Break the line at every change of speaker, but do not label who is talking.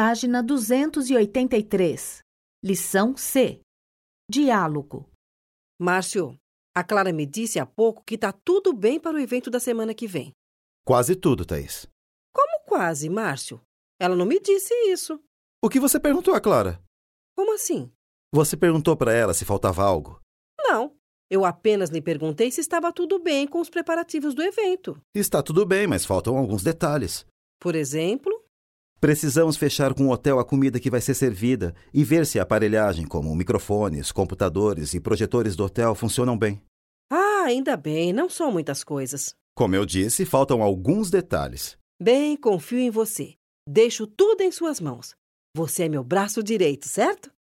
Página 283. Lição C. Diálogo.
Márcio, a Clara me disse há pouco que tá tudo bem para o evento da semana que vem.
Quase tudo, Thaís.
Como quase, Márcio? Ela não me disse isso.
O que você perguntou à Clara?
Como assim?
Você perguntou para ela se faltava algo.
Não. Eu apenas lhe perguntei se estava tudo bem com os preparativos do evento.
Está tudo bem, mas faltam alguns detalhes.
Por exemplo,
Precisamos fechar com o hotel a comida que vai ser servida e ver se a aparelhagem, como microfones, computadores e projetores do hotel, funcionam bem.
ah, ainda bem, não são muitas coisas.
Como eu disse, faltam alguns detalhes.
Bem, confio em você. Deixo tudo em suas mãos. Você é meu braço direito, certo?